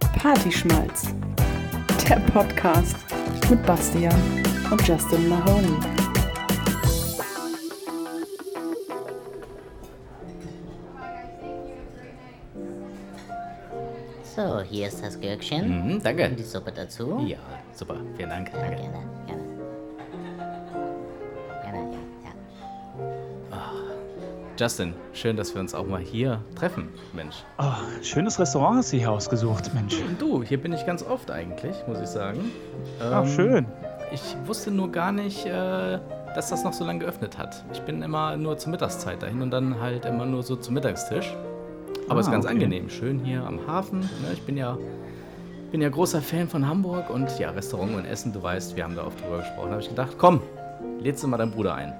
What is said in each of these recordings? Partyschmalz. Der Podcast mit Bastian und Justin Mahoney. So, hier ist das Gürkchen. Mhm, Und die danke. Suppe dazu. Ja, super. Vielen Dank. Ja, Danke. gerne, gerne. Gerne, ja. Justin, schön, dass wir uns auch mal hier treffen. Mensch. Ah, schönes Restaurant hast du hier ausgesucht, Mensch. Und du, hier bin ich ganz oft eigentlich, muss ich sagen. Ah, Ähm, schön. Ich wusste nur gar nicht, äh, dass das noch so lange geöffnet hat. Ich bin immer nur zur Mittagszeit dahin und dann halt immer nur so zum Mittagstisch. Aber Ah, es ist ganz okay. angenehm. Schön hier am Hafen. Ne? Ich bin ja, bin ja großer Fan von Hamburg und ja, Restaurant und Essen, du weißt, wir haben da oft drüber gesprochen. Da habe ich gedacht, komm, lädst du mal deinen Bruder ein.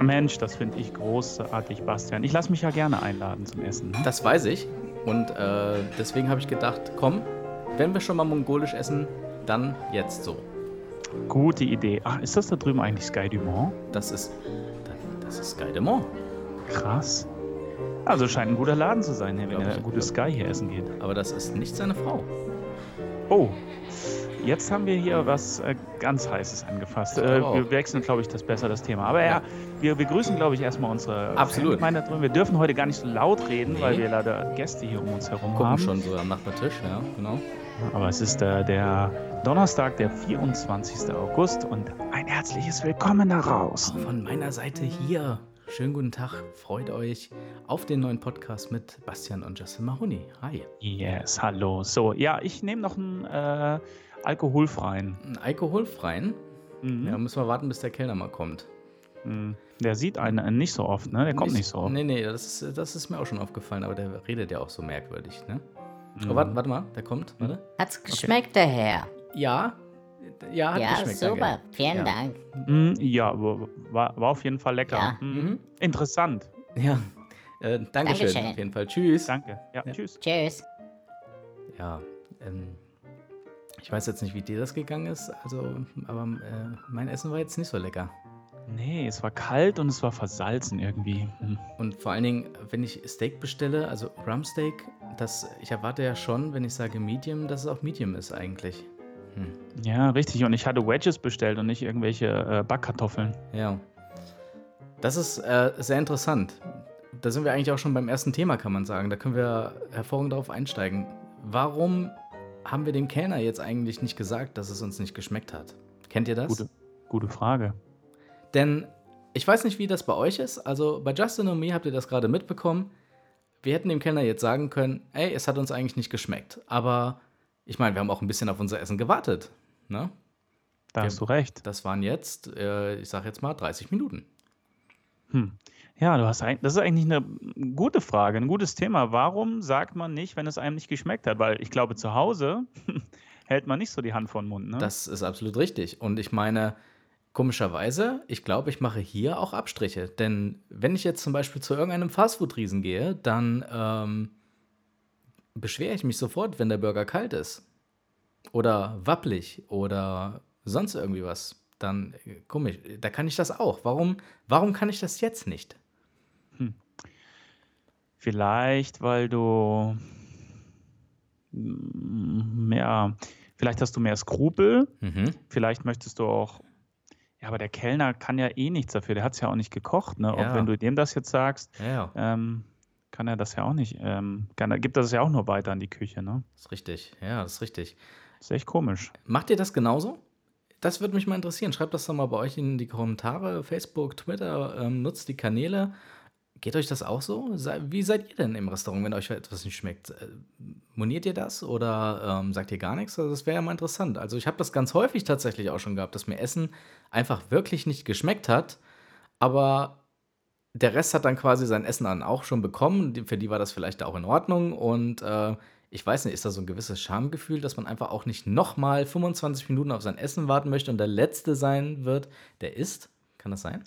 Mensch, das finde ich großartig, Bastian. Ich lasse mich ja gerne einladen zum Essen. Ne? Das weiß ich. Und äh, deswegen habe ich gedacht, komm, wenn wir schon mal mongolisch essen, dann jetzt so. Gute Idee. Ach, ist das da drüben eigentlich Sky Dumont? Das ist. Das ist Guy Demont. Krass. Also scheint ein guter Laden zu sein, hier, wenn Glaub er ich. gute Sky hier essen geht. Aber das ist nicht seine Frau. Oh, jetzt haben wir hier was äh, ganz Heißes angefasst. Ich Äh, glaube auch. wir wechseln, glaube ich, das besser das Thema. Aber Oh. Ja. ja, wir begrüßen, glaube ich, erstmal unsere Absolut. Fangemeinde da drüben. Wir dürfen heute gar nicht so laut reden, Nee. weil wir leider Gäste hier um uns herum Gucken haben. schon so am Nachbartisch, ja, genau. Aber es ist äh, der Donnerstag, der 24. August und ein herzliches Willkommen daraus. Auch von meiner Seite hier. Schönen guten Tag, freut euch auf den neuen Podcast mit Bastian und Justin Mahoney. Hi. Yes, hallo. So, ja, ich nehme noch einen äh, alkoholfreien. Einen alkoholfreien. Mhm. Ja, müssen wir warten, bis der Kellner mal kommt. Mhm. Der sieht einen äh, nicht so oft, ne? Der kommt nicht so oft. Nee, nee, das ist, das ist mir auch schon aufgefallen, aber der redet ja auch so merkwürdig, ne? Mhm. Oh, warte, warte mal, der kommt, warte. Hat's geschmeckt, der Herr? Ja. Ja, hat ja, geschmeckt. super. danke. Vielen Ja. Dank. Mhm, ja, aber war, war auf jeden Fall lecker. Ja. Mhm. Mhm. Interessant. Ja. Äh, Dankeschön. Dankeschön. Auf jeden Fall. Tschüss. Danke. Ja, Ja. tschüss. Tschüss. Ja. Ähm, ich weiß jetzt nicht, wie dir das gegangen ist, also, aber äh, mein Essen war jetzt nicht so lecker. Nee, es war kalt und es war versalzen irgendwie. Mhm. Und vor allen Dingen, wenn ich Steak bestelle, also Rumsteak, das, ich erwarte ja schon, wenn ich sage Medium, dass es auch Medium ist eigentlich. Hm. Ja, richtig. Und ich hatte Wedges bestellt und nicht irgendwelche äh, Backkartoffeln. Ja. Das ist äh, sehr interessant. Da sind wir eigentlich auch schon beim ersten Thema, kann man sagen. Da können wir hervorragend darauf einsteigen. Warum haben wir dem Kellner jetzt eigentlich nicht gesagt, dass es uns nicht geschmeckt hat? Kennt ihr das? Gute, gute Frage. Denn ich weiß nicht, wie das bei euch ist. Also bei Justin und mir habt ihr das gerade mitbekommen. Wir hätten dem Kellner jetzt sagen können, ey, es hat uns eigentlich nicht geschmeckt. Aber ich meine, wir haben auch ein bisschen auf unser Essen gewartet. Ne? Da Ja. hast du recht. Das waren jetzt, äh, ich sag jetzt mal, 30 Minuten. Hm. Ja, du hast ein, das ist eigentlich eine gute Frage, ein gutes Thema. Warum sagt man nicht, wenn es einem nicht geschmeckt hat? Weil ich glaube, zu Hause hält man nicht so die Hand vor den Mund. Ne? Das ist absolut richtig. Und ich meine, komischerweise, ich glaube, ich mache hier auch Abstriche. Denn wenn ich jetzt zum Beispiel zu irgendeinem Fastfood-Riesen gehe, dann ähm, beschwere ich mich sofort, wenn der Burger kalt ist. Oder wappelig oder sonst irgendwie was. Dann äh, komisch, da kann ich das auch. Warum, warum kann ich das jetzt nicht? Vielleicht, weil du Mm, mehr, vielleicht hast du mehr Skrupel, Mhm. vielleicht möchtest du auch. Ja, aber der Kellner kann ja eh nichts dafür, der hat es ja auch nicht gekocht. Ne? Ja. Ob wenn du dem das jetzt sagst, Ja, ähm, kann er das ja auch nicht. Ähm, kann, er- gibt das ja auch nur weiter an die Küche. Ne? ist richtig. Ja, das ist richtig. Ist echt komisch. Macht ihr das genauso? Das würde mich mal interessieren. Schreibt das doch mal bei euch in die Kommentare. Facebook, Twitter, ähm, nutzt die Kanäle. Geht euch das auch so? Sei, wie seid ihr denn im Restaurant, wenn euch etwas nicht schmeckt? Äh, moniert ihr das oder ähm, sagt ihr gar nichts? Also das wäre ja mal interessant. Also ich habe das ganz häufig tatsächlich auch schon gehabt, dass mir Essen einfach wirklich nicht geschmeckt hat, aber der Rest hat dann quasi sein Essen dann auch schon bekommen. Die- Für die war das vielleicht auch in Ordnung und äh, ich weiß nicht, ist da so ein gewisses Schamgefühl, dass man einfach auch nicht nochmal 25 Minuten auf sein Essen warten möchte und der Letzte sein wird, der isst? Kann das sein?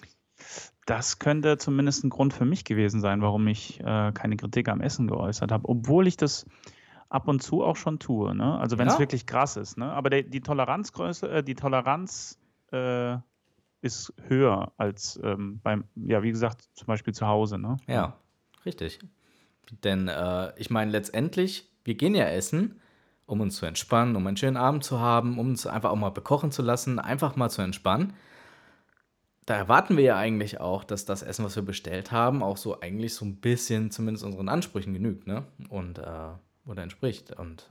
Das könnte zumindest ein Grund für mich gewesen sein, warum ich äh, keine Kritik am Essen geäußert habe, obwohl ich das ab und zu auch schon tue. Ne? Also wenn es Ja. wirklich krass ist. Ne? Aber der, die Toleranzgröße, äh, die Toleranz äh, ist höher als ähm, beim, ja wie gesagt, zum Beispiel zu Hause. Ne? Ja, richtig. Denn äh, ich meine, letztendlich, wir gehen ja essen um uns zu entspannen, um einen schönen Abend zu haben, um uns einfach auch mal bekochen zu lassen, einfach mal zu entspannen. Da erwarten wir ja eigentlich auch, dass das Essen, was wir bestellt haben, auch so eigentlich so ein bisschen zumindest unseren Ansprüchen genügt, ne? Und äh, oder entspricht. Und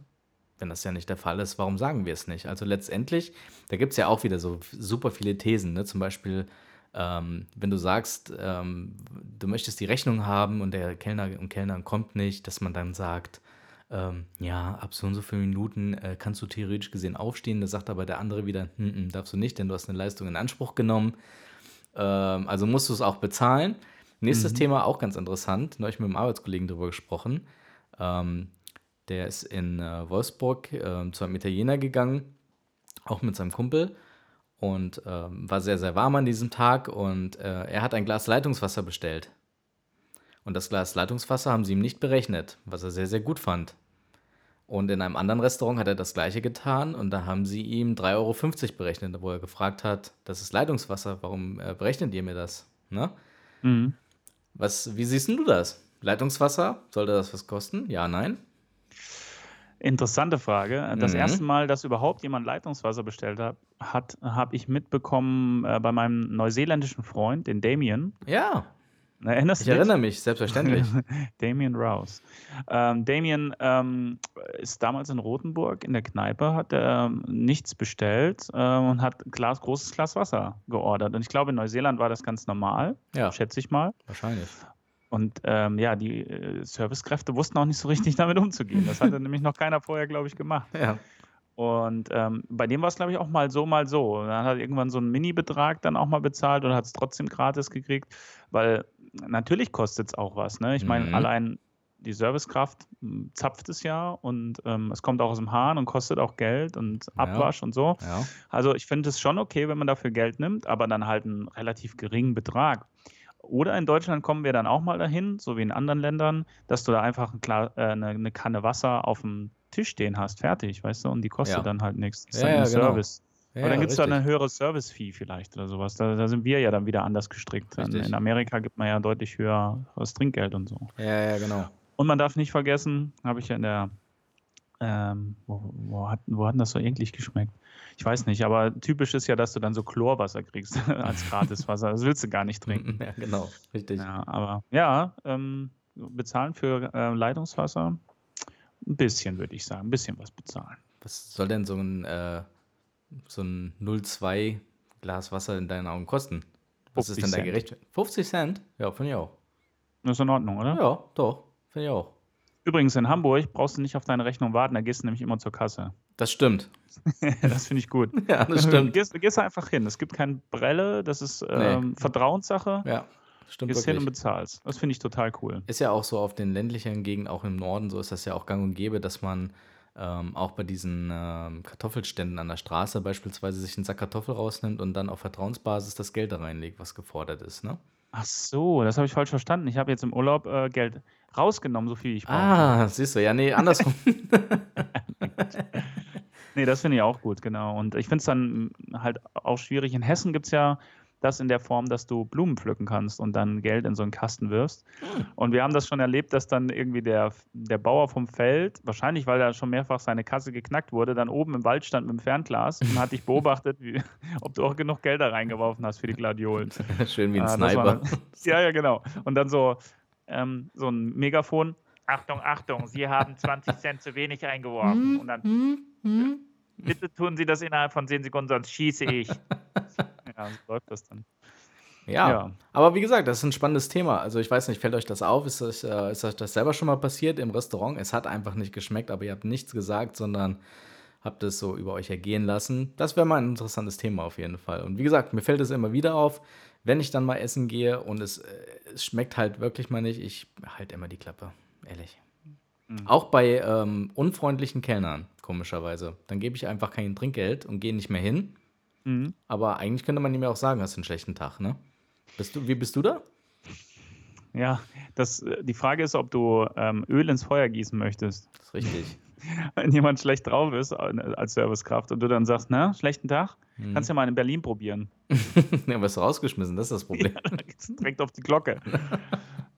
wenn das ja nicht der Fall ist, warum sagen wir es nicht? Also letztendlich, da gibt es ja auch wieder so super viele Thesen, ne? Zum Beispiel, ähm, wenn du sagst, ähm, du möchtest die Rechnung haben und der Kellner und Kellner kommt nicht, dass man dann sagt, ähm, ja, ab so und so vielen Minuten äh, kannst du theoretisch gesehen aufstehen. Da sagt aber der andere wieder, "N-n, darfst du nicht, denn du hast eine Leistung in Anspruch genommen. Ähm, also musst du es auch bezahlen. Nächstes Thema, auch ganz interessant. Neulich mit einem Arbeitskollegen drüber gesprochen. Ähm, der ist in äh, Wolfsburg ähm, zu einem Italiener gegangen, auch mit seinem Kumpel. Und ähm, war sehr, sehr warm an diesem Tag. Und äh, er hat ein Glas Leitungswasser bestellt. Und das Glas Leitungswasser haben sie ihm nicht berechnet, was er sehr, sehr gut fand. Und in einem anderen Restaurant hat er das gleiche getan und da haben sie ihm 3,50 Euro berechnet, wo er gefragt hat, das ist Leitungswasser, warum äh, berechnet ihr mir das? Ne? Mhm. Was, wie siehst denn du das? Leitungswasser, sollte das was kosten? Ja, nein? Interessante Frage. Das Mhm. erste Mal, dass überhaupt jemand Leitungswasser bestellt hat, hat habe ich mitbekommen äh, bei meinem neuseeländischen Freund, den Damien. Ja, Erinnerst ich du dich? erinnere mich, selbstverständlich. Damien Rouse. Ähm, Damien ähm, ist damals in Rothenburg in der Kneipe, hat ähm, nichts bestellt ähm, und hat ein Glas, großes Glas Wasser geordert. Und ich glaube, in Neuseeland war das ganz normal, ja, schätze ich mal. wahrscheinlich. Und ähm, ja, die äh, Servicekräfte wussten auch nicht so richtig damit umzugehen. Das hatte nämlich noch keiner vorher, glaube ich, gemacht. Ja. Und ähm, bei dem war es, glaube ich, auch mal so, mal so. Und dann hat er irgendwann so einen Mini-Betrag dann auch mal bezahlt oder hat es trotzdem gratis gekriegt, weil natürlich kostet es auch was. Ne? Ich meine, Mhm. allein die Servicekraft m, zapft es ja und ähm, es kommt auch aus dem Hahn und kostet auch Geld und Abwasch und so. ja. Also ich finde es schon okay, wenn man dafür Geld nimmt, aber dann halt einen relativ geringen Betrag. Oder in Deutschland kommen wir dann auch mal dahin, so wie in anderen Ländern, dass du da einfach ein Gla- äh, eine, eine Kanne Wasser auf dem Tisch stehen hast, fertig, weißt du, und die kostet Ja. dann halt nichts. Ist Ja, dann ein ja, genau. Service. Ja, aber dann ja, gibt es dann richtig. eine höhere Service-Fee vielleicht oder sowas. Da, da sind wir ja dann wieder anders gestrickt. Dann Richtig. in Amerika gibt man ja deutlich höheres Trinkgeld und so. Ja, ja, genau. Und man darf nicht vergessen, habe ich ja in der, ähm, wo, wo, hat, wo hat denn das so eklig geschmeckt? Ich weiß nicht, aber typisch ist ja, dass du dann so Chlorwasser kriegst als Gratiswasser. Das willst du gar nicht trinken. Ja, genau, richtig. Ja, aber ja, ähm, bezahlen für äh, Leitungswasser. Ein bisschen, würde ich sagen. Ein bisschen was bezahlen. Was soll denn so ein, äh, so ein 0,2 Glas Wasser in deinen Augen kosten? Was ist 50 denn da Cent. gerecht? 50 Cent? Ja, finde ich auch. Das ist in Ordnung, oder? Ja, doch, finde ich auch. Übrigens, in Hamburg brauchst du nicht auf deine Rechnung warten, da gehst du nämlich immer zur Kasse. Das stimmt. das finde ich gut. Ja, das stimmt. Gehst, gehst einfach hin. Es gibt keine Brelle, das ist ähm, Vertrauenssache. Ja, stimmt Gehst hin und wirklich. bezahlst. Das finde ich total cool. Ist ja auch so auf den ländlichen Gegenden, auch im Norden, so ist das ja auch gang und gäbe, dass man ähm, auch bei diesen ähm, Kartoffelständen an der Straße beispielsweise sich einen Sack Kartoffel rausnimmt und dann auf Vertrauensbasis das Geld da reinlegt, was gefordert ist, ne? Ach so, das habe ich falsch verstanden. Ich habe jetzt im Urlaub äh, Geld rausgenommen, so viel ich brauche. Ah, siehst du, ja, nee, andersrum. Nee, das finde ich auch gut, genau. Und ich finde es dann mh, halt auch schwierig. In Hessen gibt es ja das in der Form, dass du Blumen pflücken kannst und dann Geld in so einen Kasten wirfst. Hm. Und wir haben das schon erlebt, dass dann irgendwie der, der Bauer vom Feld, wahrscheinlich weil da schon mehrfach seine Kasse geknackt wurde, dann oben im Wald stand mit dem Fernglas und hat dich beobachtet, wie, ob du auch genug Geld da reingeworfen hast für die Gladiolen. Schön wie ein Ah, das war Sniper. Ja, ja, genau. Und dann so, ähm, so ein Megafon. Achtung, Achtung, Sie haben 20 Cent zu wenig eingeworfen. Und dann, bitte tun Sie das innerhalb von 10 Sekunden, sonst schieße ich. Ja, so läuft das dann. Ja. Ja. Aber wie gesagt, das ist ein spannendes Thema. Also ich weiß nicht, fällt euch das auf? Ist, das, äh, ist euch das selber schon mal passiert im Restaurant? Es hat einfach nicht geschmeckt, aber ihr habt nichts gesagt, sondern habt es so über euch ergehen lassen. Das wäre mal ein interessantes Thema auf jeden Fall. Und wie gesagt, mir fällt es immer wieder auf, wenn ich dann mal essen gehe und es, äh, es schmeckt halt wirklich mal nicht, ich halte immer die Klappe, ehrlich. Mhm. Auch bei ähm, unfreundlichen Kellnern, komischerweise. Dann gebe ich einfach kein Trinkgeld und gehe nicht mehr hin. Mhm. Aber eigentlich könnte man ihm ja auch sagen, hast du einen schlechten Tag, ne? Bist du, wie bist du da? Ja, das, äh, die Frage ist, ob du ähm, Öl ins Feuer gießen möchtest. Das ist richtig. Wenn jemand schlecht drauf ist äh, als Servicekraft und du dann sagst, na, schlechten Tag, Hm. kannst ja mal in Berlin probieren. ja, wirst du rausgeschmissen, das ist das Problem. Dann geht's direkt auf die Glocke.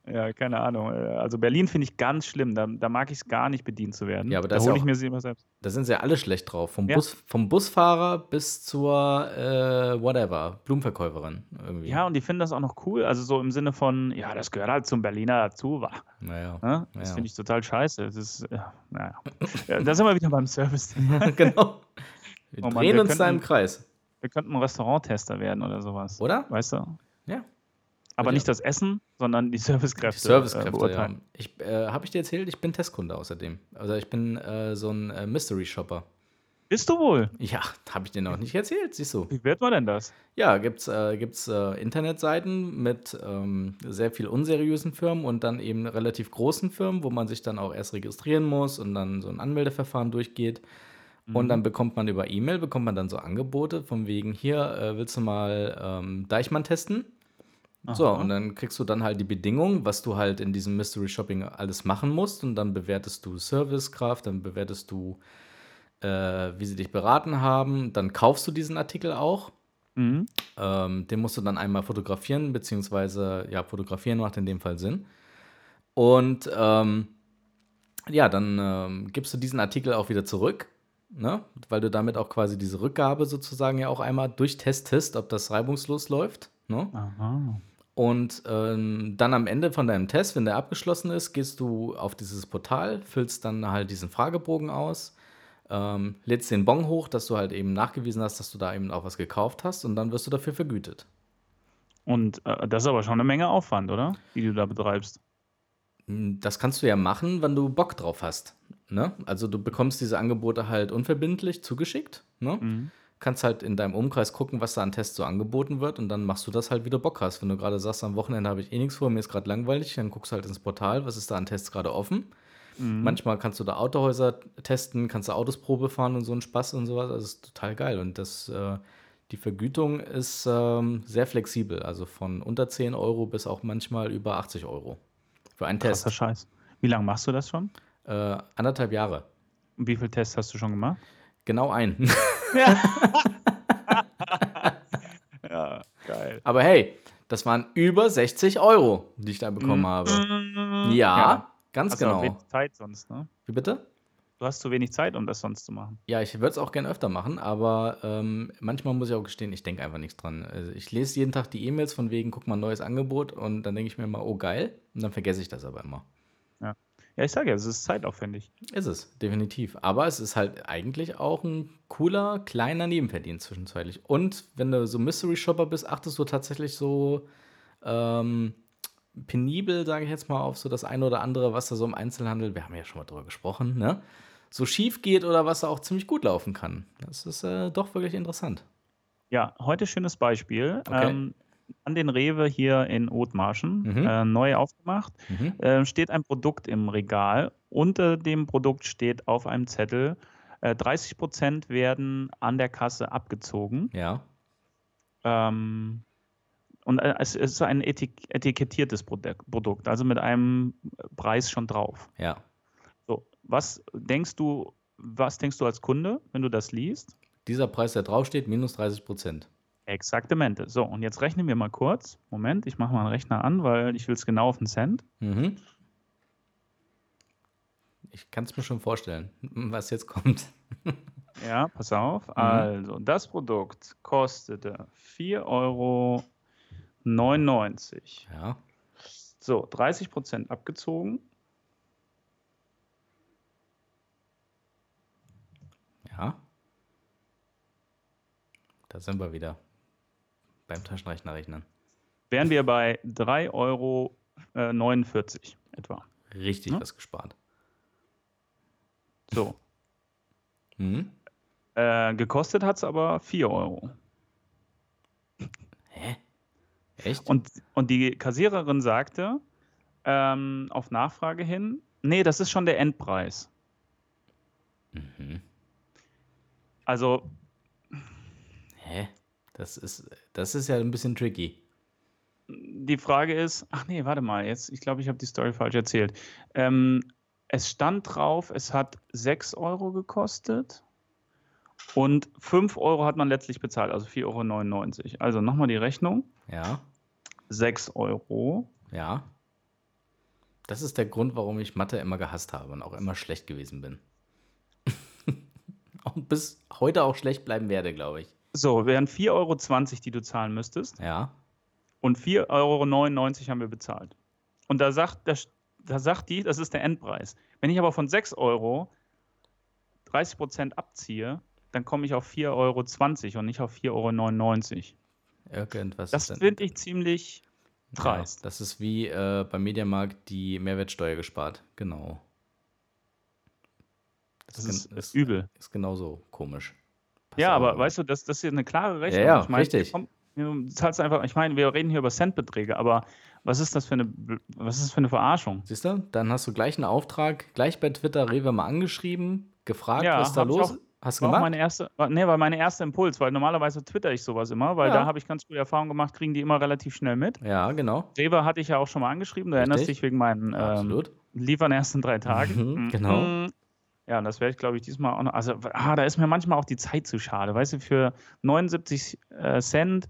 Ja, keine Ahnung. Also Berlin finde ich ganz schlimm. Da, da mag ich es gar nicht bedient zu werden. Ja, aber da das ist hole ja ich auch- mir sie immer selbst. Da sind sie ja alle schlecht drauf. Vom, Ja. Bus, vom Busfahrer bis zur äh, whatever, Blumenverkäuferin irgendwie. Ja, und die finden das auch noch cool. Also so im Sinne von, ja, das gehört halt zum Berliner dazu. wa? Naja. Ne? Das Ja. finde ich total scheiße. Das ist, ja, naja. Ja, da sind wir wieder beim Service. genau. Wir Oh Mann, drehen wir uns da im könnten- Kreis, Wir könnten Restauranttester werden oder sowas. oder? Weißt du? Ja. Aber Ja. nicht das Essen, sondern Die die Servicekräfte. äh, Servicekräfte, ja. beurteilen. Ich, äh, Habe ich dir erzählt, ich bin Testkunde außerdem. Also ich bin äh, so ein äh, Mystery-Shopper. Bist du wohl? Ja, habe ich dir noch nicht erzählt, siehst du. Wie wird man denn das? Ja, gibt's äh, gibt's, äh, Internetseiten mit ähm, sehr viel unseriösen Firmen und dann eben relativ großen Firmen, wo man sich dann auch erst registrieren muss und dann so ein Anmeldeverfahren durchgeht. Und dann bekommt man über E-Mail, bekommt man dann so Angebote von wegen, hier äh, willst du mal ähm, Deichmann testen? So, Aha. und dann kriegst du dann halt die Bedingungen, was du halt in diesem Mystery Shopping alles machen musst. Und dann bewertest du Servicekraft, dann bewertest du, äh, wie sie dich beraten haben. Dann kaufst du diesen Artikel auch. Mhm. Ähm, den musst du dann einmal fotografieren, beziehungsweise, ja, fotografieren macht in dem Fall Sinn. Und ähm, ja, dann ähm, gibst du diesen Artikel auch wieder zurück, ne? weil du damit auch quasi diese Rückgabe sozusagen ja auch einmal durchtestest, ob das reibungslos läuft. Ne? Aha. Und ähm, dann am Ende von deinem Test, wenn der abgeschlossen ist, gehst du auf dieses Portal, füllst dann halt diesen Fragebogen aus, ähm, lädst den Bon hoch, dass du halt eben nachgewiesen hast, dass du da eben auch was gekauft hast und dann wirst du dafür vergütet. Und äh, das ist aber schon eine Menge Aufwand, oder? Die du da betreibst. Hm, Das kannst du ja machen, wenn du Bock drauf hast. Ne? Also du bekommst diese Angebote halt unverbindlich zugeschickt. Ne? Mhm. Kannst halt in deinem Umkreis gucken, was da an Tests so angeboten wird und dann machst du das halt, wie du Bock hast. Wenn du gerade sagst, am Wochenende habe ich eh nichts vor, mir ist gerade langweilig, dann guckst du halt ins Portal, was ist da an Tests gerade offen. Mhm. Manchmal kannst du da Autohäuser testen, kannst du Autos Probe fahren und so einen Spaß und sowas. Also ist total geil. Und das, äh, die Vergütung ist ähm, sehr flexibel. Also von unter 10 Euro bis auch manchmal über 80 Euro. Für einen Krasser Test. Scheiß. Wie lange machst du das schon? Äh, anderthalb Jahre. Und wie viele Tests hast du schon gemacht? Genau einen. Ja, geil. Aber hey, das waren über 60 Euro, die ich da bekommen habe. Mhm. Ja, Ja, ganz hast du auch genau. wenig Zeit sonst, ne? Wie bitte? Du hast zu wenig Zeit, um das sonst zu machen. Ja, ich würde es auch gern öfter machen, aber ähm, manchmal muss ich auch gestehen, ich denke einfach nichts dran. Also ich lese jeden Tag die E-Mails von wegen, guck mal, neues Angebot und dann denke ich mir immer, oh geil, und dann vergesse ich das aber immer. Ja, ich sage ja, es ist zeitaufwendig. Ist es, definitiv. Aber es ist halt eigentlich auch ein cooler, kleiner Nebenverdienst zwischenzeitlich. Und wenn du so Mystery-Shopper bist, achtest du tatsächlich so ähm, penibel, sage ich jetzt mal, auf so das eine oder andere, was da so im Einzelhandel, wir haben ja schon mal drüber gesprochen, ne? so schief geht oder was da auch ziemlich gut laufen kann. Das ist äh, doch wirklich interessant. Ja, heute schönes Beispiel. Okay. Ähm, an den Rewe hier in Othmarschen, Mhm. äh, neu aufgemacht, Mhm. äh, steht ein Produkt im Regal. Unter dem Produkt steht auf einem Zettel, äh, 30 Prozent werden an der Kasse abgezogen. Ja. Ähm, und äh, es ist so ein etik etikettiertes Produk- Produkt, also mit einem Preis schon drauf. Ja. So, was denkst du, was denkst du als Kunde, wenn du das liest? Dieser Preis, der draufsteht, minus 30 Prozent. Exaktamente. So, und jetzt rechnen wir mal kurz. Moment, ich mache mal einen Rechner an, weil ich will es genau auf den Cent. Mhm. Ich kann es mir schon vorstellen, was jetzt kommt. Ja, pass auf. Also, das Produkt kostete 4,99 Euro. Ja. So, 30 Prozent abgezogen. Ja. Da sind wir wieder. Beim Taschenrechner rechnen. Wären wir bei 3,49 Euro äh, etwa. Richtig Ja. was gespart. So, Mhm. äh, gekostet hat es aber 4 Euro. Echt? Und, und die Kassiererin sagte ähm, auf Nachfrage hin, nee, das ist schon der Endpreis. Mhm. Also, Hä? Das ist, das ist ja ein bisschen tricky. die Frage ist, ach nee, warte mal, jetzt, ich glaube, ich habe die Story falsch erzählt. Ähm, es stand drauf, es hat 6 Euro gekostet und 5 Euro hat man letztlich bezahlt, also 4,99 Euro. Also nochmal die Rechnung, Ja. 6 Euro Ja. Das ist der Grund, warum ich Mathe immer gehasst habe und auch immer schlecht gewesen bin. und bis heute auch schlecht bleiben werde, glaube ich. So, wären 4,20 Euro, die du zahlen müsstest. Ja. Und 4,99 Euro haben wir bezahlt. Und da sagt, da, da sagt die, das ist der Endpreis. Wenn ich aber von 6 Euro 30 Prozent abziehe, dann komme ich auf 4,20 Euro und nicht auf 4,99 Euro. Irgendwas. Das ist dann- finde ich ziemlich dreist. Ja, das ist wie äh, beim Mediamarkt die Mehrwertsteuer gespart. Genau. Das ist, gen- ist übel. Ist genauso komisch. Ja, aber weißt du, das, das ist hier eine klare Rechnung. Ja, ja, ich meine, richtig. komm, Du zahlst einfach, ich meine, wir reden hier über Centbeträge, aber was ist das für eine, was ist das für eine Verarschung? Siehst du, dann hast du gleich einen Auftrag, gleich bei Twitter Rewe mal angeschrieben, gefragt, Ja, was da hab ich los auch- ist. Hast du War auch gemacht? meine erste, war- nee, war meine erste Impuls, weil normalerweise twitter ich sowas immer, weil Ja. da habe ich ganz gute Erfahrungen gemacht, kriegen die immer relativ schnell mit. ja, genau. Rewe hatte ich ja auch schon mal angeschrieben, du Richtig. erinnerst dich wegen meinen ähm, Absolut. Liefern erst in drei Tagen. Mhm, genau. Mhm. Ja, und das werde ich, glaube ich, diesmal auch noch. Also, ah, da ist mir manchmal auch die Zeit zu schade. Weißt du, für 79 äh, Cent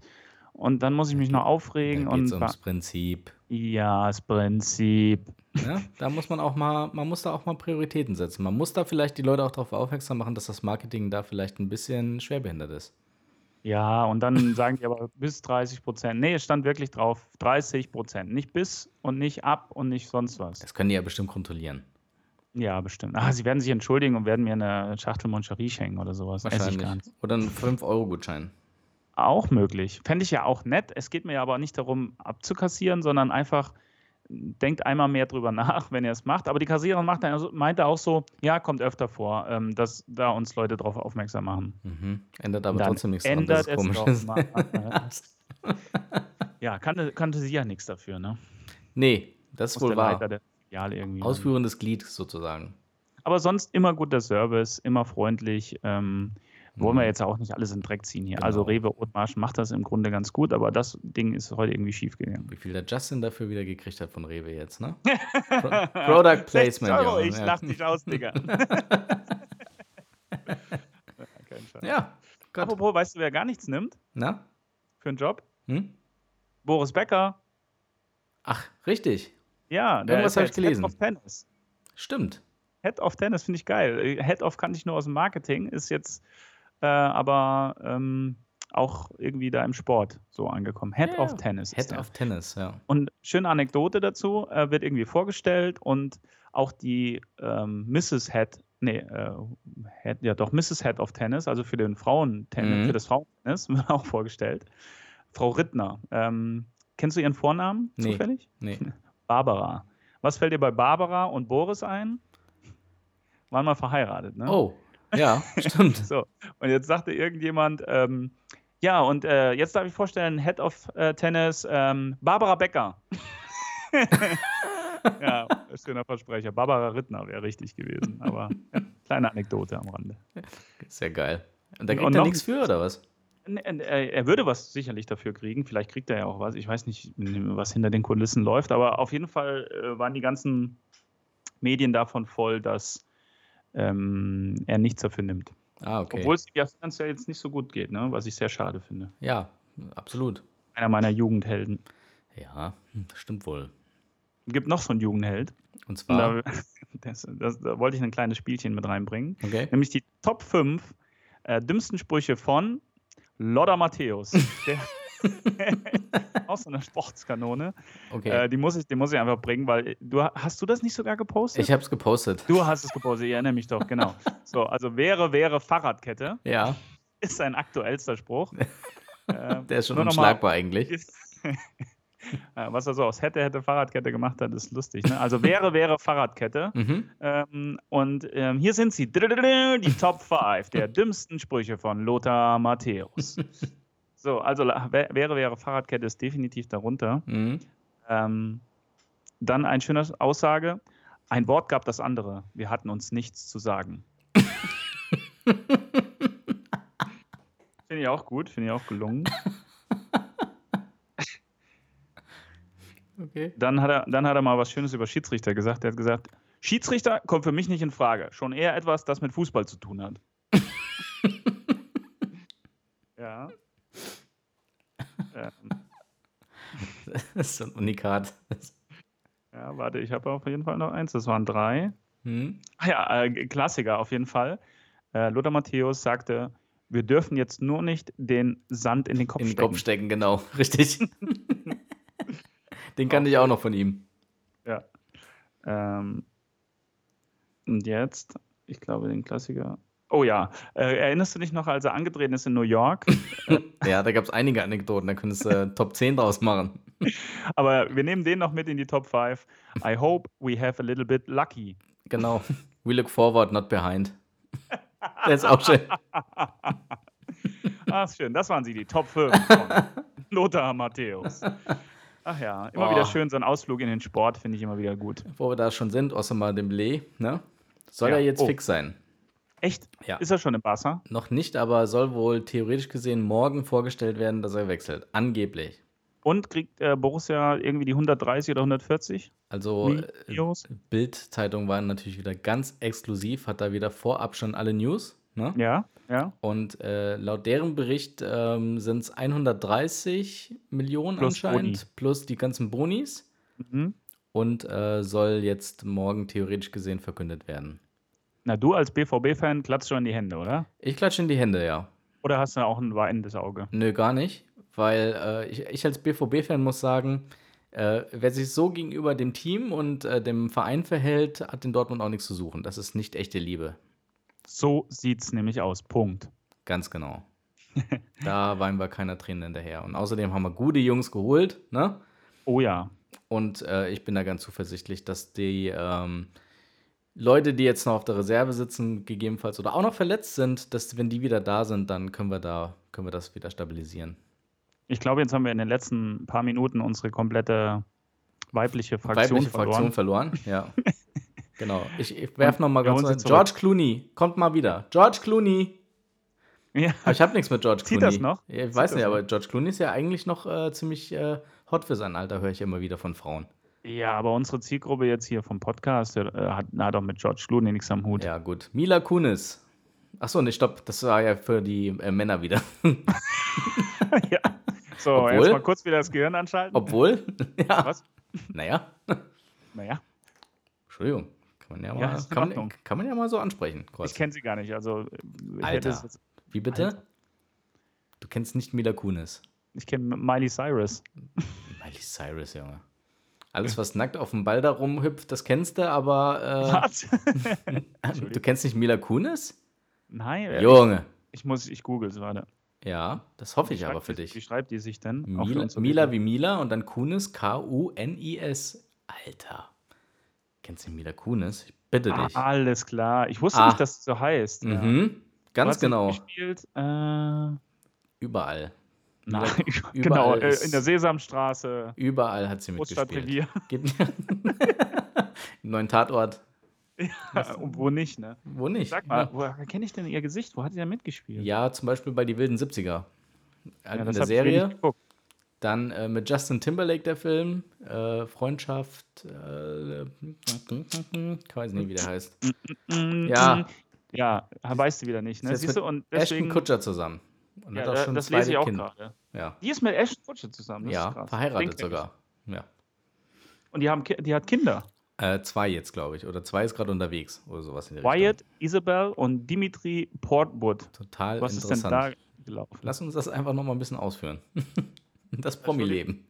und dann muss ich mich noch Da aufregen. geht's und ums Prinzip. Ja, das Prinzip. Ne? Da muss man auch mal, man muss da auch mal Prioritäten setzen. Man muss da vielleicht die Leute auch darauf aufmerksam machen, dass das Marketing da vielleicht ein bisschen schwerbehindert ist. Ja, und dann sagen die aber bis 30 Prozent. Nee, es stand wirklich drauf, 30 Prozent. Nicht bis und nicht ab und nicht sonst was. Das können die ja bestimmt kontrollieren. Ja, bestimmt. Ah, sie werden sich entschuldigen und werden mir eine Schachtel Moncherie schenken oder sowas. Esse Ich gar nicht. Oder einen 5-Euro-Gutschein. Auch möglich. Fände ich ja auch nett. Es geht mir ja aber nicht darum, abzukassieren, sondern einfach, denkt einmal mehr drüber nach, wenn ihr es macht. Aber die Kassiererin macht dann, also- meinte auch so, ja, kommt öfter vor, ähm, dass da uns Leute drauf aufmerksam machen. Mhm. Ändert aber Dann trotzdem nichts dran, ändert dass es komisch doch ist. mal. ja, kannte, kannte sie ja nichts dafür, ne? nee, das ist Muss wohl der wahr. Leiter der Filiale irgendwie. Ausführendes Glied sozusagen. Aber sonst immer guter Service, immer freundlich. Ähm, wollen Mhm. wir jetzt auch nicht alles in den Dreck ziehen hier. Genau. Also Rewe Othmarsch macht das im Grunde ganz gut, aber das Ding ist heute irgendwie schief gegangen. Wie viel der Justin dafür wieder gekriegt hat von Rewe jetzt, ne? Pro Product Placement, Euro, Junge, ich lach dich aus, Digga. Kein Scheiß. Ja, Gott. Apropos, weißt du, wer gar nichts nimmt Na? für einen Job? Hm? Boris Becker. Ach, richtig. Ja, der Irgendwas ist ja hab ich jetzt gelesen. Head of Tennis. Stimmt. Head of Tennis finde ich geil. Head of kannte ich nur aus dem Marketing, ist jetzt äh, aber ähm, auch irgendwie da im Sport so angekommen. Head Ja, of ja. Tennis. ist Head der. of Tennis, ja. Und schöne Anekdote dazu, äh, wird irgendwie vorgestellt und auch die ähm, Mrs. Head, nee, äh, Head, ja doch, Mrs. Head of Tennis, also für den Frauentennis, Mhm. für das Frauentennis, wird auch vorgestellt. Frau Rittner, ähm, kennst du ihren Vornamen Nee. zufällig? Nee. Barbara. Was fällt dir bei Barbara und Boris ein? Waren mal verheiratet, ne? Oh, ja, stimmt. So, und jetzt sagte irgendjemand, ähm, ja, und äh, jetzt darf ich vorstellen, Head of äh, Tennis, ähm, Barbara Becker. ja, schöner Versprecher. Barbara Rittner wäre richtig gewesen, aber ja, kleine Anekdote am Rande. Sehr geil. Und da Und kriegt er noch- nichts für, oder was? N- n- äh, Er würde was sicherlich dafür kriegen, vielleicht kriegt er ja auch was, ich weiß nicht, was hinter den Kulissen läuft, aber auf jeden Fall äh, waren die ganzen Medien davon voll, dass ähm, er nichts dafür nimmt. Ah, okay. Obwohl es ihm ja finanziell jetzt nicht so gut geht, ne? was ich sehr schade finde. ja, absolut. Einer meiner Jugendhelden. Ja, hm, stimmt wohl. Gibt noch so einen Jugendheld. Und Und zwar, Da, das, das, da wollte ich ein kleines Spielchen mit reinbringen. okay. Nämlich die Top 5 äh, dümmsten Sprüche von Lodder Matthäus. Der, aus einer Sportskanone. okay. Äh, die, muss ich, die muss ich einfach bringen, weil äh, du hast du das nicht sogar gepostet? Ich hab's gepostet. du hast es gepostet, ich erinnere mich doch, genau. So, also wäre, wäre Fahrradkette, Ja, ist sein aktuellster Spruch. Äh, der ist schon nur noch mal- unschlagbar eigentlich. ist. Äh, Was er so aus hätte, hätte Fahrradkette gemacht hat, ist lustig. Ne? Also wäre, wäre Fahrradkette. Mhm. Ähm, und ähm, hier sind sie, Drrrrrr, die Top 5 der dümmsten Sprüche von Lothar Matthäus. So, also la- wär- wäre, wäre Fahrradkette ist definitiv darunter. Mhm. Ähm, dann eine schöne Aussage. Ein Wort gab das andere. Wir hatten uns nichts zu sagen. finde ich auch gut, finde ich auch gelungen. Okay. Dann hat, er, dann hat er mal was Schönes über Schiedsrichter gesagt. Er hat gesagt, Schiedsrichter kommt für mich nicht in Frage. Schon eher etwas, das mit Fußball zu tun hat. ja. Ähm, Das ist so ein Unikat. Ja, warte, ich habe auf jeden Fall noch eins. Das waren drei. Hm? Ah ja, äh, Klassiker auf jeden Fall. Äh, Lothar Matthäus sagte, wir dürfen jetzt nur nicht den Sand in den Kopf In den stecken. Kopf stecken, genau. Richtig. den kannte ich auch noch von ihm. Ähm, und jetzt, ich glaube, den Klassiker. Oh ja, äh, erinnerst du dich noch, als er angetreten ist in New York? Ja, da gab es einige Anekdoten, da könntest du äh, Top 10 draus machen. Aber wir nehmen den noch mit in die Top 5. I hope we have a little bit lucky. Genau. We look forward, not behind. Der ist auch schön. Ah, ist schön. Das waren sie, die Top 5 von Lothar Matthäus. Ach ja, immer Boah. wieder schön, so ein Ausflug in den Sport finde ich immer wieder gut. Wo wir da schon sind, Osama Dembele, ne? Soll Ja. er jetzt Oh. fix sein? Echt? Ja. Ist er schon im Barca? Noch nicht, aber soll wohl theoretisch gesehen morgen vorgestellt werden, dass er wechselt. Angeblich. Und kriegt äh, Borussia irgendwie die 130 oder 140 Also äh, Videos? Bild-Zeitung war natürlich wieder ganz exklusiv, hat da wieder vorab schon alle News. Ne? Ja, ja. Und äh, laut deren Bericht ähm, sind es 130 Millionen Plus anscheinend, Boni. plus die ganzen Bonis. Mhm. Und äh, soll jetzt morgen theoretisch gesehen verkündet werden. Na, du als BVB-Fan klatscht schon in die Hände, oder? Ich klatsche in die Hände, ja. Oder hast du auch ein weinendes Auge? Nö, gar nicht, weil äh, ich, ich als BVB-Fan muss sagen, äh, wer sich so gegenüber dem Team und äh, dem Verein verhält, hat in Dortmund auch nichts zu suchen. Das ist nicht echte Liebe. So sieht's nämlich aus. Punkt. Ganz genau. da weinen wir keiner Tränen hinterher. Und außerdem haben wir gute Jungs geholt, ne? Oh ja. Und äh, ich bin da ganz zuversichtlich, dass die ähm, Leute, die jetzt noch auf der Reserve sitzen, gegebenenfalls oder auch noch verletzt sind, dass wenn die wieder da sind, dann können wir da, können wir das wieder stabilisieren. Ich glaube, jetzt haben wir in den letzten paar Minuten unsere komplette weibliche Fraktion weibliche verloren. Fraktion verloren. Ja. genau. Ich, ich werfe nochmal Wir ganz holen rein. sie zurück. George Clooney, kommt mal wieder. George Clooney. ja. Aber ich habe nichts mit George Zieht Clooney. das noch? Ja, ich Zieht weiß nicht, das aber George Clooney ist ja eigentlich noch äh, ziemlich äh, hot für sein Alter, höre ich immer wieder von Frauen. ja, aber unsere Zielgruppe jetzt hier vom Podcast der, äh, hat, na, hat doch mit George Clooney nichts am Hut. Ja, gut. Mila Kunis. Achso, nee, stopp, das war ja für die äh, Männer wieder. Ja. So, Obwohl- jetzt mal kurz wieder das Gehirn anschalten. Obwohl, ja, Was? naja, Naja, Entschuldigung. Kann man ja mal, Ja, ist in kann, man, Ordnung. kann man ja mal so ansprechen. ich Kurz. kenne sie gar nicht. Also, äh, ich, hätte Alter. es jetzt- Wie bitte? Alter. Du kennst nicht Mila Kunis. ich kenne Miley Cyrus. Miley Cyrus, Junge. Alles, was nackt auf dem Ball da rumhüpft, das kennst du, aber Was? äh, du kennst nicht Mila Kunis? Nein, äh, Junge. ich muss, ich google es, warte. Ja, das hoffe ich Schreibt aber für die- Wie dich. schreibt die sich denn? Auch für Mila, unsere Mila Bilder. wie Mila und dann Kunis, K-U-N-I-S. Alter. Kennst du Mila Kunis? Ich bitte dich. Ah, alles klar. Ich wusste Ah. nicht, dass es so heißt. Ja. Mhm. Wo hat Ganz sie genau. Gespielt? Äh, nein, Überall. genau. überall Äh, in der ist- Sesamstraße, Überall hat sie mitgespielt. Großstadtrevier. Gibt neuen Tatort. Und wo nicht, ne? Wo nicht? Sag mal, woher kenne ich denn ihr Gesicht? Wo hat sie denn mitgespielt? Ja, zum Beispiel bei Die Wilden 70er. Ja, in das der hab ich wenig Serie. geguckt. Dann äh, mit Justin Timberlake der Film, äh, Freundschaft, äh, ich weiß nicht, wie der heißt. Mm, mm. Ja, Ja, weißt du wieder nicht, ne? Ist jetzt Siehst du, mit und Ashton ne? deswegen. Kutscher zusammen. Und ja, da- das lese ich auch gerade. Ja, Die ist mit Ashton Kutscher zusammen. Das ist ja krass. Den verheiratet kenn ich. sogar. Ja. Und die, haben, Ki- die hat Kinder. Äh, zwei jetzt, glaube ich. Oder zwei ist gerade unterwegs oder sowas in der Wyatt, Isabel und Dimitri Portwood. Richtung. Total Was ist denn interessant. da gelaufen? Lass uns das einfach nochmal ein bisschen ausführen. das Promi-Leben.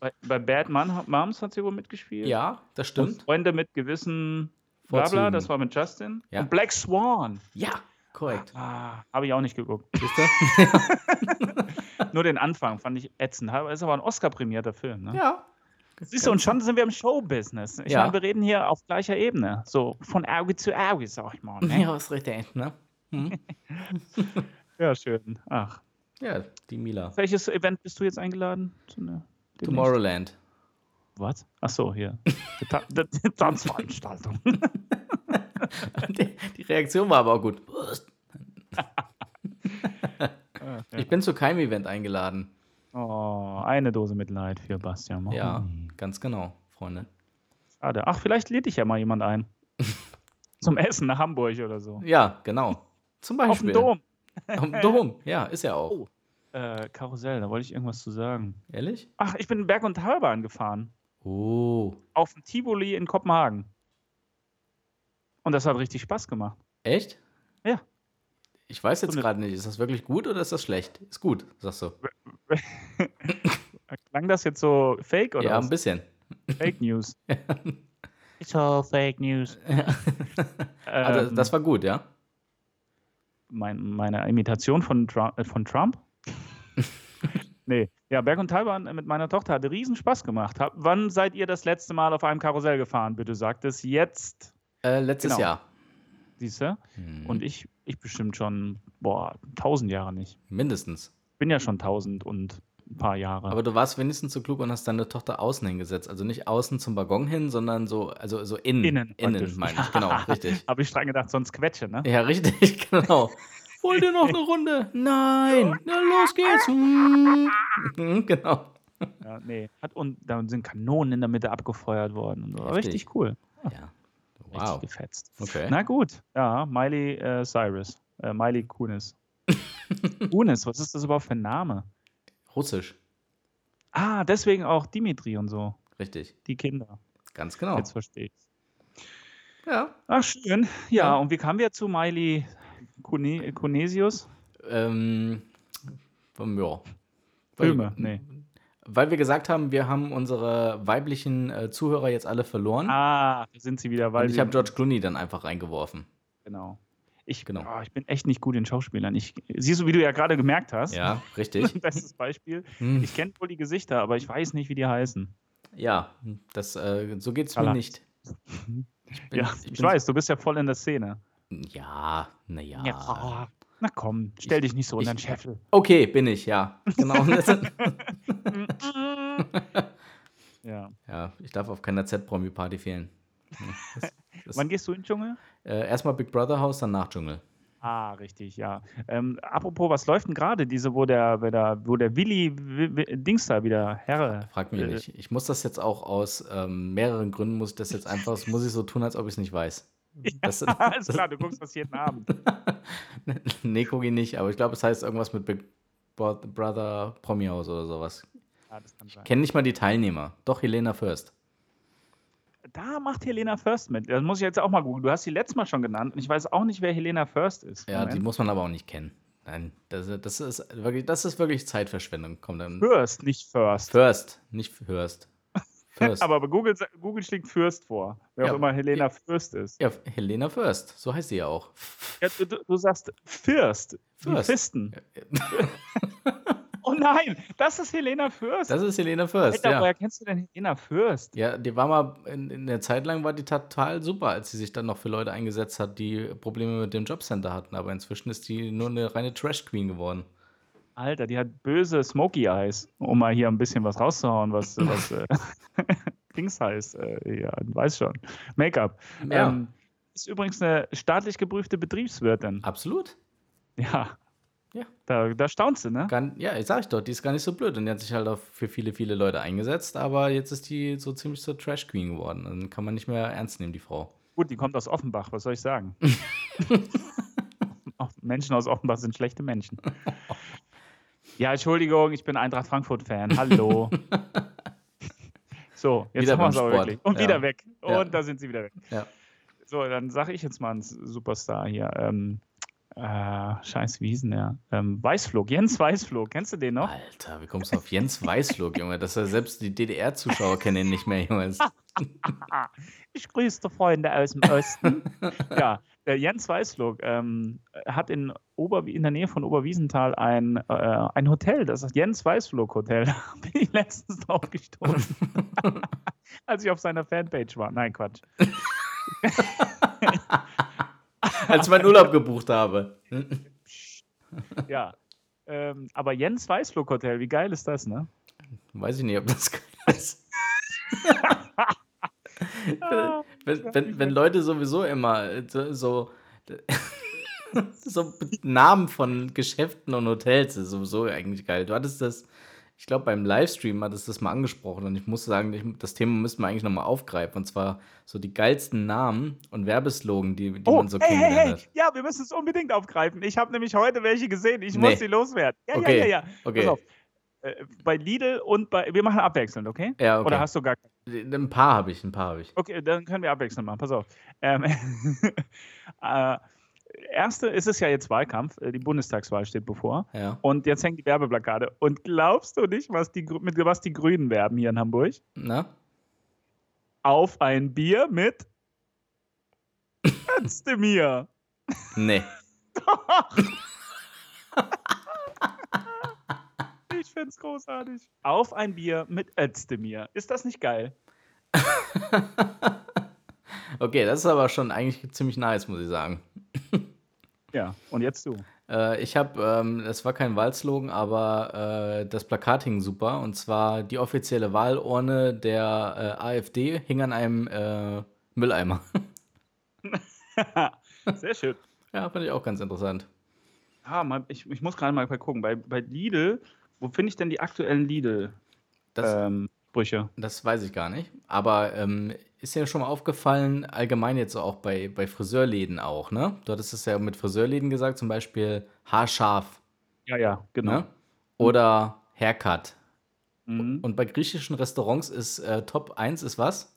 Bei, bei Bad Mon- Moms hat sie wohl mitgespielt. Ja, das Und stimmt. Freunde mit gewissen Vorzügen. Blabla, das war mit Justin. Ja. Und Black Swan. Ja, korrekt. Ah, habe ich auch nicht geguckt. Siehst du? Nur den Anfang fand ich ätzend. Aber Ist aber ein Oscar-prämierter Film. Ne? Ja. genau. Siehst du, und schon sind wir im Showbusiness. Ich Ja. meine, wir reden hier auf gleicher Ebene. So von Auge zu Auge, sag ich mal. Ne? Ja, ist richtig, ne? Ja, schön. Ach. Ja, die Mila. Auf Welches Event bist du jetzt eingeladen? Zu einer- demnächst? Tomorrowland. Was? Ach so, hier. Die Ta- die Tanzveranstaltung. Die, die Reaktion war aber auch gut. Ich bin zu keinem Event eingeladen. Oh, eine Dose Mitleid für Bastian. Mahoney. Ja, ganz genau, Freunde. Schade. Ach, vielleicht lädt dich ja mal jemand ein. Zum Essen nach Hamburg oder so. Ja, genau. Zum Beispiel. Auf dem Dom. Oh. Auf dem Dom. Ja, ist ja auch. Äh, Karussell, da wollte ich irgendwas zu sagen. Ehrlich? Ach, ich bin Berg- und Talbahn gefahren. Oh. auf dem Tivoli in Kopenhagen. Und das hat richtig Spaß gemacht. Echt? Ja. Ich weiß jetzt So eine- gerade nicht, ist das wirklich gut oder ist das schlecht? Ist gut, sagst du. Klang das jetzt so fake oder ja, ein was? bisschen. Fake News? It's all Fake News. Also, Ähm. das war gut, ja? mein, meine Imitation von Trump. Äh, von Trump? nee. Ja, Berg- und Talbahn mit meiner Tochter hat riesen Spaß gemacht. Hab, wann seid ihr das letzte Mal auf einem Karussell gefahren? Bitte sagt es jetzt. Äh, letztes Genau. Jahr. Siehst du? Mhm. Und ich, ich bestimmt schon, boah, tausend Jahre nicht. Mindestens. Bin ja schon tausend und ein paar Jahre. Aber du warst wenigstens so klug und hast deine Tochter außen hingesetzt. Also nicht außen zum Waggon hin, sondern so, also so innen. Innen praktisch. Innen, meine ich. Genau, richtig. Habe ich dran gedacht, sonst quetsche, ne? Ja, richtig, genau. Wollt ihr noch eine Runde? Nein. Na, los geht's. Hm. Mhm, genau. Ja, nee. Hat, und da sind Kanonen in der Mitte abgefeuert worden. Und so. War Heftig. richtig cool. Ja. Richtig Wow. gefetzt. Okay. Na gut, ja, Miley äh, Cyrus. Äh, Miley Kunis. Kunis, was ist das überhaupt für ein Name? Russisch. Ah, deswegen auch Dimitri und so, Richtig. die Kinder. Ganz genau. Jetzt verstehe ich's. Ja. Ach, schön. Ja, Ja. und wie kamen wir zu Miley Kune Kunesius? Ähm, ähm, ja. Weil- Filme, nee. Mhm. Weil wir gesagt haben, wir haben unsere weiblichen äh, Zuhörer jetzt alle verloren. Ah, da sind sie wieder, weil und ich wir- habe George Clooney dann einfach reingeworfen. Genau. Ich, Genau. oh, ich bin echt nicht gut in Schauspielern. Ich, siehst du, wie du ja gerade gemerkt hast. Ja, richtig. Bestes Beispiel. Hm. Ich kenne wohl die Gesichter, aber ich weiß nicht, wie die heißen. ja, das, äh, so geht's mir Klar. nicht. Ich, bin- ja, ich, bin- weiß, du bist ja voll in der Szene. Ja, naja. Ja. Na komm, stell dich nicht so ich- unter den Scheffel. Okay, bin ich, ja. Genau. Ja. ja, ich darf auf keiner Z-Promi-Party fehlen. Das, das, Wann gehst du in den Dschungel? äh, erstmal Big Brother Haus, danach Dschungel. Ah, richtig, ja. Ähm, apropos, was läuft denn gerade? Diese, wo der, wo der, wo der Willi W- W- Dings da wieder Herr. Frag mich äh, nicht. Ich muss das jetzt auch aus ähm, mehreren Gründen, muss ich das jetzt einfach, das muss ich so tun, als ob ich es nicht weiß. Das, Alles klar, du guckst das jeden Abend. nee, guck ich nicht, aber ich glaube, es heißt irgendwas mit Big Bro- Brother Promi House oder sowas. Ja, das kann sein. Kenne nicht mal die Teilnehmer. Doch, Helena First. Da macht Helena First mit. Das muss ich jetzt auch mal googeln. Du hast sie letztes Mal schon genannt und ich weiß auch nicht, wer Helena First ist. Ja, die Moment. muss man aber auch nicht kennen. Nein, das, das, ist, wirklich, das ist wirklich Zeitverschwendung. Komm dann. First, nicht First. First, nicht First. First. Aber bei Google, sa- Google schlägt Fürst vor, wer Ja, auch immer Helena Fürst ist. ja, Helena First, so heißt sie ja auch. Ja, du, du du sagst Fürst, Fürst. Fürst. Fisten. Oh nein, das ist Helena Fürst. Das ist Helena First, Alter, ja. woher kennst du denn Helena Fürst? Ja, die war mal, in, in der Zeit lang war die total super, als sie sich dann noch für Leute eingesetzt hat, die Probleme mit dem Jobcenter hatten. Aber inzwischen ist die nur eine reine Trash-Queen geworden. Alter, die hat böse Smoky Eyes, um mal hier ein bisschen was rauszuhauen, was, was äh, Dings heißt. Äh, ja, du weißt schon. Make-up. Ja. Ähm, ist übrigens eine staatlich geprüfte Betriebswirtin. Absolut. Ja. Ja. Da, da staunst du, ne? Gar, n- ja, sag ich doch, die ist gar nicht so blöd. Und die hat sich halt auch für viele, viele Leute eingesetzt. Aber jetzt ist die so ziemlich zur Trash-Queen geworden. Dann kann man nicht mehr ernst nehmen, die Frau. Gut, die kommt aus Offenbach, was soll ich sagen? Auch Menschen aus Offenbach sind schlechte Menschen. Ja, Entschuldigung, ich bin Eintracht Frankfurt-Fan. Hallo. so, jetzt Wieder haben wir es beim Sport. aber wirklich. Und Ja. wieder weg. Und Ja. da sind sie wieder weg. Ja. So, dann sage ich jetzt mal einen Superstar hier. Ähm, äh, scheiß Wiesen, ja. Ähm, Weißflog, Jens Weißflog. Kennst du den noch? Alter, wie kommst du auf Jens Weißlog, Junge? Dass er selbst die DDR-Zuschauer kennen ihn nicht mehr, Junge. Das- Ich grüße Freunde aus dem Osten. ja, der Jens Weißlog ähm, hat in, Ober in der Nähe von Oberwiesenthal ein, äh, ein Hotel, das ist das Jens Weißlog Hotel. Da bin ich letztens drauf gestoßen, als ich auf seiner Fanpage war. Nein, Quatsch. Als ich meinen Urlaub gebucht habe. Ja. Ähm, aber Jens Weißlog Hotel, wie geil ist das, ne? Weiß ich nicht, ob das geil ist. Ah, Wenn, wenn, wenn Leute sowieso immer äh, so, so, so Namen von Geschäften und Hotels ist sowieso eigentlich geil. Du hattest das, ich glaube, beim Livestream hattest du das mal angesprochen und ich muss sagen, ich, das Thema müssten wir eigentlich nochmal aufgreifen. Und zwar so die geilsten Namen und Werbeslogan, die, die Oh, man so hey, hey, hey, kennengelernt hat. ja, wir müssen es unbedingt aufgreifen. Ich habe nämlich heute welche gesehen. Ich Nee. muss sie loswerden. Ja, Okay, ja, ja, ja. okay. Pass auf. Äh, bei Lidl und bei. Wir machen abwechselnd, okay? Ja, okay. Oder hast du gar keinen? Ein paar habe ich, ein paar habe ich. Okay, dann können wir abwechselnd machen. Pass auf. Ähm, äh, erste ist es ja jetzt Wahlkampf. äh, Die Bundestagswahl steht bevor. Ja. Und jetzt hängt die Werbeplakate. Und glaubst du nicht, was die, Grü- mit was die Grünen werben hier in Hamburg? Na? Auf ein Bier mit. Kannst du mir? Nee. Ich find's großartig. Auf ein Bier mit Özdemir. Ist das nicht geil? Okay, das ist aber schon eigentlich ziemlich nice, muss ich sagen. Ja, und jetzt du. Äh, ich habe, ähm, das war kein Wahlslogan, aber äh, das Plakat hing super. Und zwar die offizielle Wahlurne der äh, AfD hing an einem äh, Mülleimer. Sehr schön. ja, fand ich auch ganz interessant. Ah, mal, ich, ich muss gerade mal gucken. Bei, bei Lidl, wo finde ich denn die aktuellen Lidl-Sprüche? Das, Ähm, Sprüche? das weiß ich gar nicht. Aber ähm, ist dir schon mal aufgefallen, allgemein jetzt auch bei, bei Friseurläden auch, ne? Du hattest es ja mit Friseurläden gesagt, zum Beispiel haarscharf, ja, ja, genau. ne? Oder Haircut. Mhm. Und bei griechischen Restaurants ist äh, Top 1 ist was?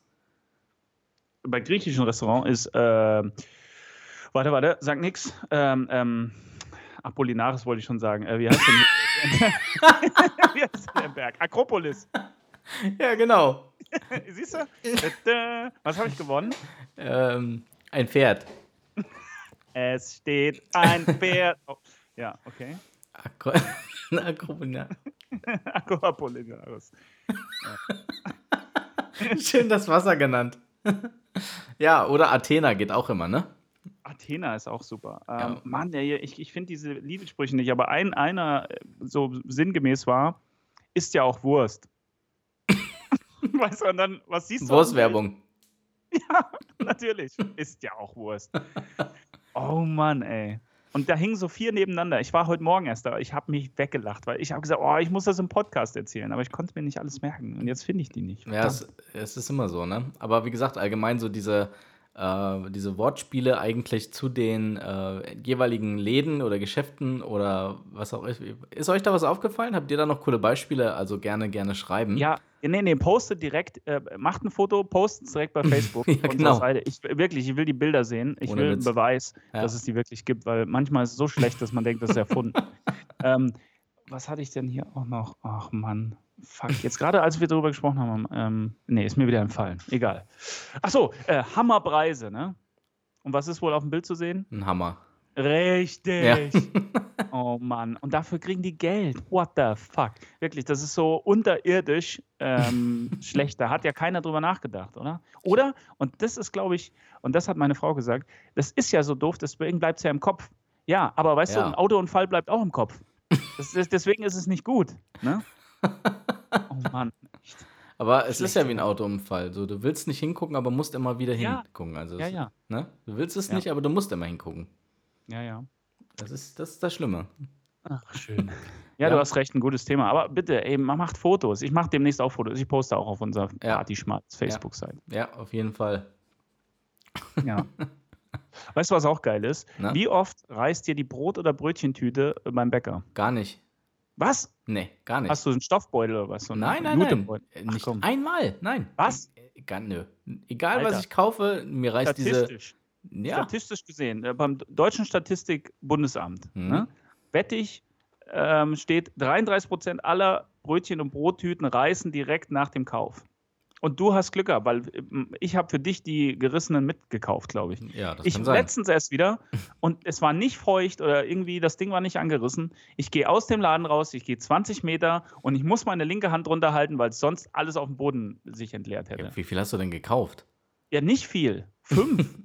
bei griechischen Restaurant ist, äh, warte, warte, sag nix. Ähm, ähm, Apollinaris wollte ich schon sagen. Äh, wie heißt denn? wie heißt denn der Berg? Akropolis. Ja, genau. Siehst du? Tada. Was habe ich gewonnen? Ähm, ein Pferd. Es steht ein Pferd. Oh. Ja, okay. Akro Akrobina. Akropolis. Schön das Wasser genannt. ja, oder Athena geht auch immer, ne? Athena ist auch super. Ähm, Ja. Mann, der hier, ich, ich finde diese Liebessprüche nicht, aber ein, einer äh, so sinngemäß war, ist ja auch Wurst. weißt du, und dann, was siehst du? Wurstwerbung. Natürlich, ist ja auch Wurst. Oh Mann, ey. Und da hingen so vier nebeneinander. Ich war heute Morgen erst da. Ich habe mich weggelacht, weil ich habe gesagt, oh, ich muss das im Podcast erzählen. Aber ich konnte mir nicht alles merken. Und jetzt finde ich die nicht. Ja, es, es ist immer so, ne? Aber wie gesagt, allgemein so diese, äh, diese Wortspiele eigentlich zu den äh, jeweiligen Läden oder Geschäften oder was auch immer. Ist euch da was aufgefallen? Habt ihr da noch coole Beispiele? Also gerne, gerne schreiben. Ja, nee, nee, postet direkt, äh, macht ein Foto, postet es direkt bei Facebook. Ja, auf unserer genau. Seite. Ich, wirklich, ich will die Bilder sehen. Ich Ohne will einen Witz. Beweis, Ja. dass es die wirklich gibt, weil manchmal ist es so schlecht, dass man denkt, das ist erfunden. ähm, was hatte ich denn hier auch noch? Ach Mann, fuck. Jetzt gerade, als wir darüber gesprochen haben, ähm, nee, ist mir wieder entfallen. Egal. Ach so, äh, Hammerpreise, ne? Und was ist wohl auf dem Bild zu sehen? Ein Hammer. Richtig. oh Mann. Und dafür kriegen die Geld. What the fuck? Wirklich, das ist so unterirdisch ähm, schlecht. Da hat ja keiner drüber nachgedacht, oder? Oder? Und das ist, glaube ich, und das hat meine Frau gesagt, das ist ja so doof, deswegen bleibt es ja im Kopf. Ja, aber weißt Ja. du, ein Autounfall bleibt auch im Kopf. Das ist, deswegen ist es nicht gut. Ne? Oh Mann. echt. Aber es ist Schlecht. ja wie ein Autounfall. So, du willst nicht hingucken, aber musst immer wieder Ja. hingucken. Also, Ja, es- ja. Ne? Du willst es Ja. nicht, aber du musst immer hingucken. Ja, ja. Das ist das, ist das Schlimme. Ach, schön. Ja, Ja. du hast recht, ein gutes Thema. Aber bitte, ey, ma- macht Fotos. Ich mache demnächst auch Fotos. Ich poste auch auf unserer Ja. Partyschmalz Facebook-Seite. Ja, auf jeden Fall. Ja. weißt du, was auch geil ist? Na? Wie oft reißt dir die Brot- oder Brötchentüte beim Bäcker? Gar nicht. Was? Nee, gar nicht. Hast du einen Stoffbeutel oder was? So einen nein, nein, nein. Jutebeutel? Äh, Ach, Nicht komm. einmal. Nein. Was? Äh, Gar nö. Egal, Alter. was ich kaufe, mir reißt diese. Statistisch. Ja. Statistisch gesehen, äh, beim D- Deutschen Statistikbundesamt, Mhm. ne, wette ich, ähm, steht 33% aller Brötchen und Brottüten reißen direkt nach dem Kauf. Und du hast Glück gehabt, weil ähm, ich habe für dich die gerissenen mitgekauft, glaube ich. Ja, das ich kann sein. letztens erst wieder und es war nicht feucht oder irgendwie, das Ding war nicht angerissen. Ich gehe aus dem Laden raus, ich gehe 20 Meter und ich muss meine linke Hand runterhalten, weil sonst alles auf dem Boden sich entleert hätte. Ja, wie viel hast du denn gekauft? Ja, nicht viel. Fünf.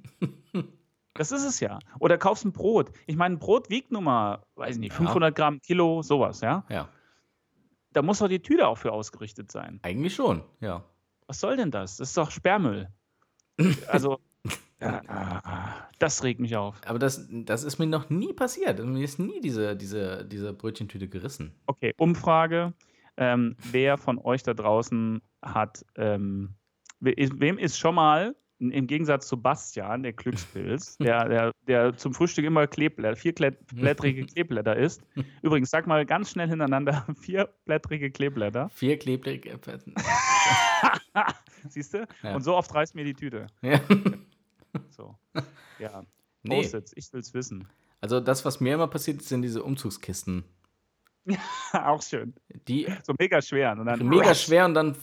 das ist es ja. Oder kaufst ein Brot. Ich meine, ein Brot wiegt nun mal, weiß nicht, Ja. 500 Gramm, Kilo, sowas, ja. Ja, Da muss doch die Tüte auch für ausgerichtet sein. eigentlich schon. Ja. Was soll denn das? Das ist doch Sperrmüll. Also, ja, das regt mich auf. Aber das, das ist mir noch nie passiert. Mir ist nie diese, diese, diese Brötchentüte gerissen. Okay, Umfrage. Ähm, wer von euch da draußen hat, ähm, we- wem ist schon mal im Gegensatz zu Bastian, der Glückspilz, der, der, der zum Frühstück immer Kleeblätter, vierblättrige Kleeblätter isst. Übrigens, sag mal ganz schnell hintereinander, vierblättrige Kleeblätter. Vier klebrige Fetten. Siehst du? Ja. Und so oft reißt mir die Tüte. Ja. So. Ja. Nee. Post-its, ich will's wissen. Also das, was mir immer passiert, sind diese Umzugskisten. Auch schön. Die So mega schwer. Und dann mega schwer und dann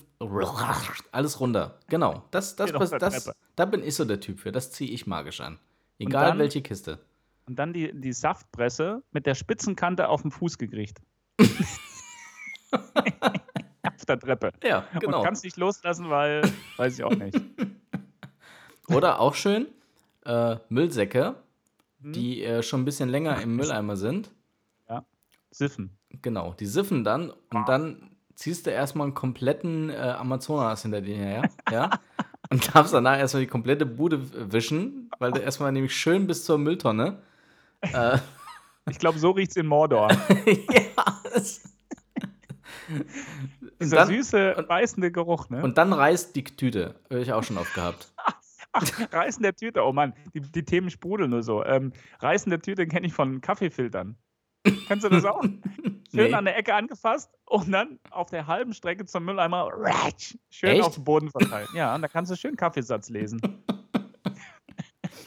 alles runter. Genau. Das, das, Steht das, auf der das, Treppe. da bin ich so der Typ für. Das ziehe ich magisch an. Egal dann- welche Kiste. Und dann die, die Saftpresse mit der spitzen Kante auf den Fuß gekriegt. auf der Treppe. Ja, Und genau. kannst nicht loslassen, weil, weiß ich auch nicht. Oder auch schön, äh, Müllsäcke, Hm? die äh, schon ein bisschen länger im Mülleimer sind. Siffen. Genau, die siffen dann und dann ziehst du erstmal einen kompletten äh, Amazonas hinter dir her, ja? und darfst danach erstmal die komplette Bude wischen, weil du erstmal nämlich schön bis zur Mülltonne. Äh, Ich glaube, so riecht's in Mordor. ja, es- Dieser dann- süße, und- reißende Geruch, ne? und dann reißt die Tüte, habe ich auch schon oft gehabt. Ach, Reißen der Tüte, oh Mann, die, die Themen sprudeln nur so. Ähm, Reißen der Tüte kenne ich von Kaffeefiltern. Kennst du das auch? Schön Nee. an der Ecke angefasst und dann auf der halben Strecke zum Mülleimer ratsch, schön Echt? auf den Boden verteilt. Ja, und da kannst du schön Kaffeesatz lesen.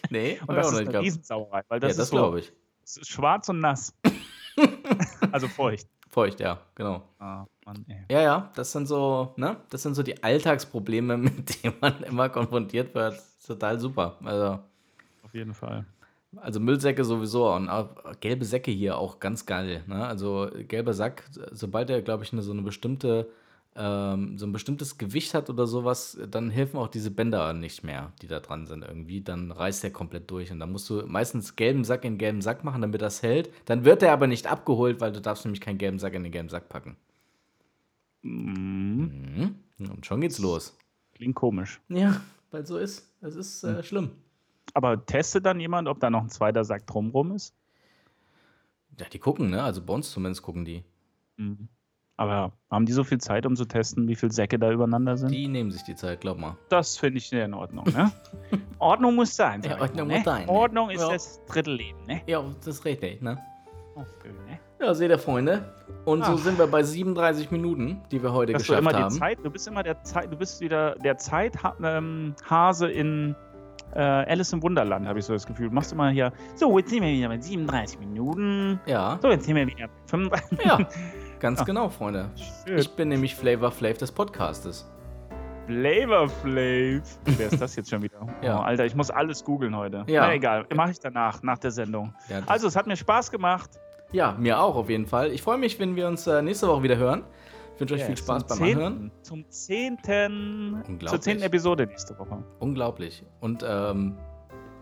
Nee, hab Und ich auch noch das ist nicht eine gehabt. Riesensauerei, weil Ja, das, das ist, so, glaube ich. es ist schwarz und nass. also feucht. Feucht, ja, genau. Ah, Mann, ey. Ja, ja, das sind so, ne? Das sind so die Alltagsprobleme, mit denen man immer konfrontiert wird. Total super. Also. Auf jeden Fall. Also Müllsäcke sowieso und auch gelbe Säcke hier auch ganz geil. Ne? Also gelber Sack, sobald er, glaube ich, eine, so eine bestimmte, ähm, so ein bestimmtes Gewicht hat oder sowas, dann helfen auch diese Bänder nicht mehr, die da dran sind irgendwie. Dann reißt der komplett durch und dann musst du meistens gelben Sack in gelben Sack machen, damit das hält. Dann wird er aber nicht abgeholt, weil du darfst nämlich keinen gelben Sack in den gelben Sack packen. Mm, Mhm. Und schon geht's los. klingt komisch. Ja, weil so ist. Es ist äh, schlimm. Aber testet dann jemand, ob da noch ein zweiter Sack drumrum ist? Ja, die gucken, ne? Also bei uns zumindest gucken die. Mhm. Aber haben die so viel Zeit, um zu testen, wie viele Säcke da übereinander sind? Die nehmen sich die Zeit, glaub mal. Das finde ich in Ordnung, ne? Ordnung muss sein. sag Ja, ich mal, Ordnung ne? muss sein, ne? Ordnung ist Ja. das dritte Leben, ne? Ja, das ist richtig, ne? Oh, schön, ne? Ja, seht ihr, Freunde. Und so Ach. sind wir bei 37 Minuten, die wir heute Dass Ah. du geschafft immer haben. die Zeit, du bist immer der Zeit, du bist wieder der Zeithase in äh, Alice im Wunderland, habe ich so das Gefühl. Machst du mal hier, so, jetzt sind wir wieder bei 37 Minuten. Ja, So, jetzt sind wir wieder bei 35. ja, ganz genau, Freunde. Ah. Schön. Ich bin nämlich Flavor Flav des Podcastes. Flavor Flav. Wer ist das jetzt schon wieder? Ja. Oh, Alter, ich muss alles googeln heute. Ja. Na egal, mache ich danach, nach der Sendung. Ja, das- Also, es hat mir Spaß gemacht. ja, mir auch auf jeden Fall. Ich freue mich, wenn wir uns äh, nächste Woche wieder hören. Ich wünsche euch viel Spaß beim zehnten, Anhören. Zum zehnten, Unglaublich. zur zehnten Episode nächste Woche. Unglaublich. Und ähm,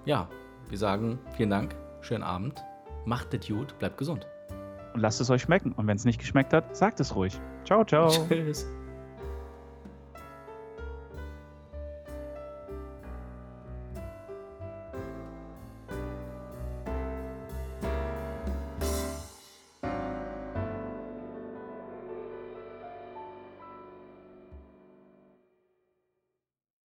ja, wir sagen vielen Dank, schönen Abend, macht es gut, bleibt gesund. Und lasst es euch schmecken. Und wenn es nicht geschmeckt hat, sagt es ruhig. Ciao, ciao. Tschüss.